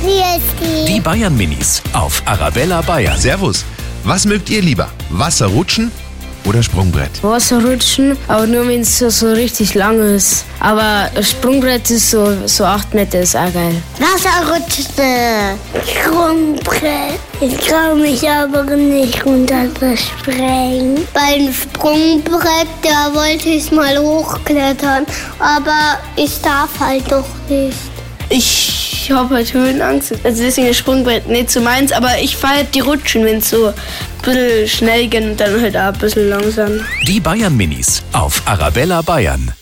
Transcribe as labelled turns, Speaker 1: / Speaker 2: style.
Speaker 1: Christi.
Speaker 2: Die Bayern Minis auf Arabella Bayern.
Speaker 3: Servus. Was mögt ihr lieber? Wasserrutschen oder Sprungbrett?
Speaker 4: Wasserrutschen, aber nur wenn es so, so richtig lang ist. Aber Sprungbrett ist so, so 8 Meter ist auch geil.
Speaker 1: Wasserrutsche. Sprungbrett. Ich traue mich aber nicht runterzuspringen. Beim Sprungbrett, da wollte ich mal hochklettern, aber ich darf halt doch nicht.
Speaker 4: Ich habe halt Höhenangst. Also deswegen ist Sprungbrett nicht so meins, aber ich fahre halt die Rutschen, wenn es so ein bisschen schnell geht und dann halt auch ein bisschen langsam.
Speaker 2: Die Bayern Minis auf Arabella Bayern.